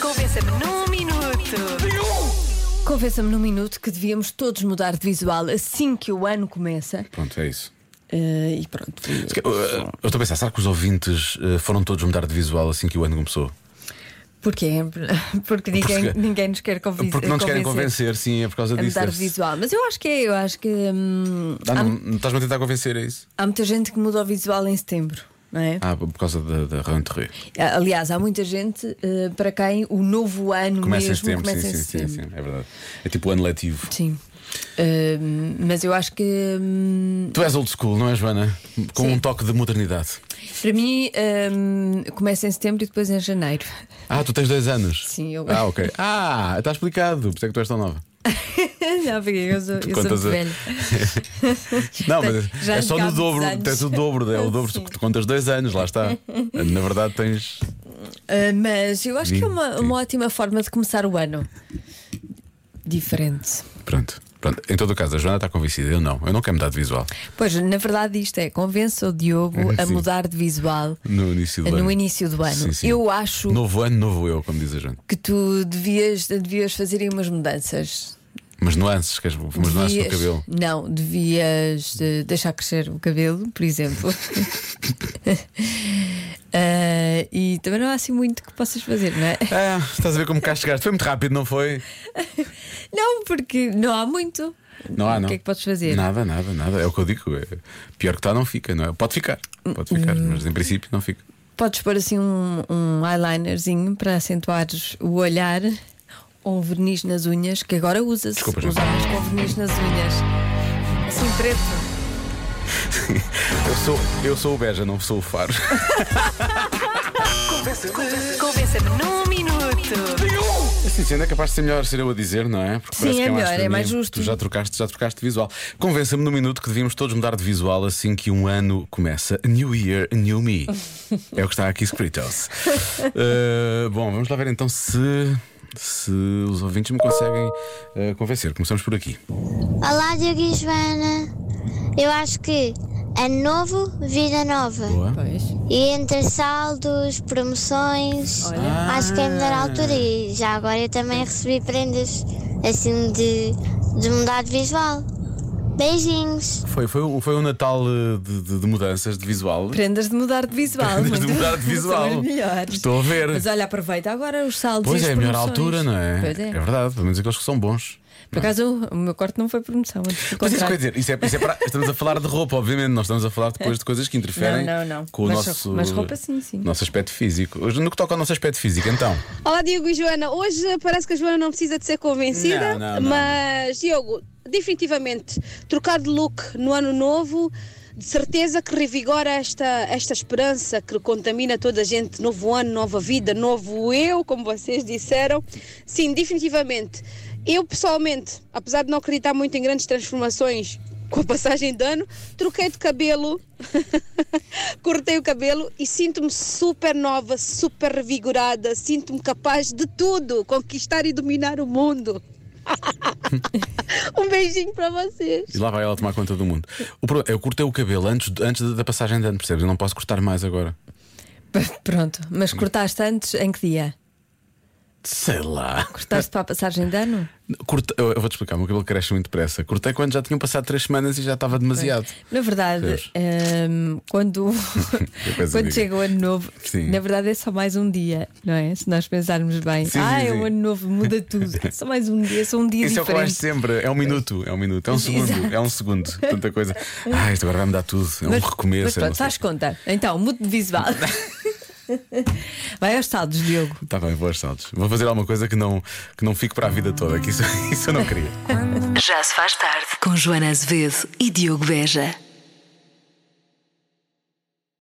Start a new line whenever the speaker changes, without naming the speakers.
Convença-me num minuto.
Convença-me num minuto que devíamos todos mudar de visual assim que o ano começa.
Pronto, é isso.
Eh, e pronto.
Eu eu estou a pensar, será que os ouvintes eh, foram todos mudar de visual assim que o ano começou?
Porquê? Porque ninguém,
Porque-
ninguém nos quer convencer.
Porque não nos querem convencer, sim, é por causa
A
disso.
mudar de
deve-se.
visual. Mas eu acho que é, eu acho que hum,
Ah, não, não estás-me a tentar convencer, é isso?
há muita gente que muda o visual em setembro, não é?
Ah, por causa da, da rentrée.
Aliás, há muita gente eh, para quem o novo ano
Começa em
mesmo
setembro, sim,
começa em
sim, sim,
setembro.
sim, é verdade. É tipo o ano letivo.
Sim. Hum, mas eu acho que hum,
Tu és old school, não é, Joana? Com
Sim.
um toque de modernidade.
para mim hum, começa em setembro e depois em janeiro.
Ah, tu tens dois anos?
Sim, eu-
Ah, ok. Ah, está explicado. Por isso é que tu és tão nova.
Não, porque eu sou, eu sou muito
Quantas a-
velha.
Não, mas
Já
é só no
cabe
dobro.
anos.
Tens o dobro, é o dobro.
Sim.
Tu contas dois anos, lá está. Na verdade, tens.
Ah, mas eu acho que é uma,
Sim.
uma ótima forma de começar o ano. Diferente.
Pronto. Pronto. Em todo o caso, a Joana está convencida. Eu não. Eu não quero mudar de visual
Pois, na verdade, isto é: convença o Diogo a
Sim.
mudar de visual
no início do ano.
no início do ano.
Sim, sim.
Eu acho
Novo ano, novo eu, como diz a Joana.
que tu devias, devias fazer aí umas mudanças.
Mas nuances, queres, umas nuances no
Devias-
cabelo.
Não, devias eh, deixar crescer o cabelo, por exemplo. Ah, e também não há assim muito que possas fazer, não é?
Ah, estás a ver como cá chegaste? Foi muito rápido, não foi?
Não, porque não há muito.
Não há, não.
O que é que podes fazer?
Nada, nada, nada. É o que eu digo. é- Pior que está, não fica, não é? Pode ficar. Pode ficar,
Hum.
mas em princípio não fica.
Podes pôr assim um, um eyelinerzinho para acentuar o olhar ou um verniz nas unhas, que agora usa-se.
Desculpa,
os
Joana.
homens com um verniz nas unhas. Assim preto.
Eu sou, eu sou o Beja, não sou o Faro.
Convença-me num minuto.
Assim sendo, é capaz de ser melhor ser eu a dizer, não é? Porque
Sim,
parece
é
que
melhor, é
feminino.
mais justo.
Tu já trocaste, já trocaste de visual. Convença-me no minuto que devíamos todos mudar de visual assim que um ano começa. New Year, New Me. é o que está aqui escrito. Uh, bom, vamos lá ver então se. Se os ouvintes me conseguem uh, convencer, começamos por aqui.
Olá, Diogo e Joana. Eu acho que ano novo, vida nova.
Boa.
Pois.
E entre saldos, promoções,
Olha.
acho que é a melhor altura. E já agora eu também recebi prendas assim de, de mudar de visual. Beijinhos.
Foi, foi, um- foi um Natal uh, de, de- de mudanças de visual.
Prendas de mudar de visual.
Prendas de
muito-
mudar de
são
visual.
as melhores.
Estou a ver.
Mas olha, aproveita agora os saldos.
Pois
e as
é, a melhor
promoções.
altura, não é?
Pois é.
É verdade, pelo menos aqueles que são bons.
Por acaso o meu corte não foi promoção. antes do
Mas isso quer
contrário.
dizer, isso é, isso é para- estamos a falar de roupa, obviamente, não estamos a falar depois de coisas que interferem
Não, não, não.
com o
Mas
nosso,
roupa- mas roupa sim, sim.
nosso aspecto físico. Hoje, No que toca ao nosso aspecto físico, então.
Olá, Diogo e Joana. Hoje parece que a Joana não precisa de ser convencida,
Não, não, não.
mas, Diogo, definitivamente, trocar de look no ano novo, de certeza que revigora esta, esta esperança que contamina toda a gente. Novo ano, nova vida, novo eu, como vocês disseram. Sim, definitivamente. Eu, pessoalmente, apesar de não acreditar muito em grandes transformações com a passagem de ano, troquei de cabelo Cortei o cabelo e sinto-me super nova, super revigorada, sinto-me capaz de tudo, conquistar e dominar o mundo. um beijinho para vocês.
E lá vai ela tomar conta do mundo. O problema, eu cortei o cabelo antes, de- antes da passagem de ano, percebes? Eu não posso cortar mais agora.
P- Pronto, mas cortaste antes em que dia?
Sei lá.
Cortaste para a passagem de ano?
Corte- eu, eu vou-te explicar, o meu cabelo cresce muito depressa. Cortei quando já tinham passado três semanas e já estava demasiado.
Na verdade,
Percebes?
ehm, quando,
coisa
quando
diga.
chega o ano novo,
Sim.
na verdade é só mais um dia, não é? Se nós pensarmos bem,
Sim,
ah,
sim,
é
sim.
o ano novo, muda tudo. É só mais um dia, é só um dia
Isso é o que eu acho
diferente.
sempre, é um minuto, é um minuto, é um segundo, é um segundo, tanta coisa. Ah, isto agora vai mudar tudo, é um recomeço.
mas
é não
pronto,
sei.
faz conta. Então, mude de visual. Vai aos saldos, Diogo.
Tá bem, vou aos saltos. Vou fazer alguma coisa que não, que não fique para a vida toda, que isso, isso eu não queria.
Já se faz tarde. Com Joana Azevedo e Diogo Beja.